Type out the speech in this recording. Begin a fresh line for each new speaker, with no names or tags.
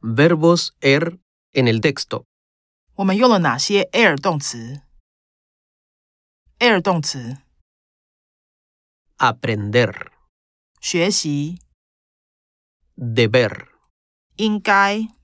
verbos er en el texto.
我们用了哪些 air 动词？air 动词
Aprender,
学习
deber,
应该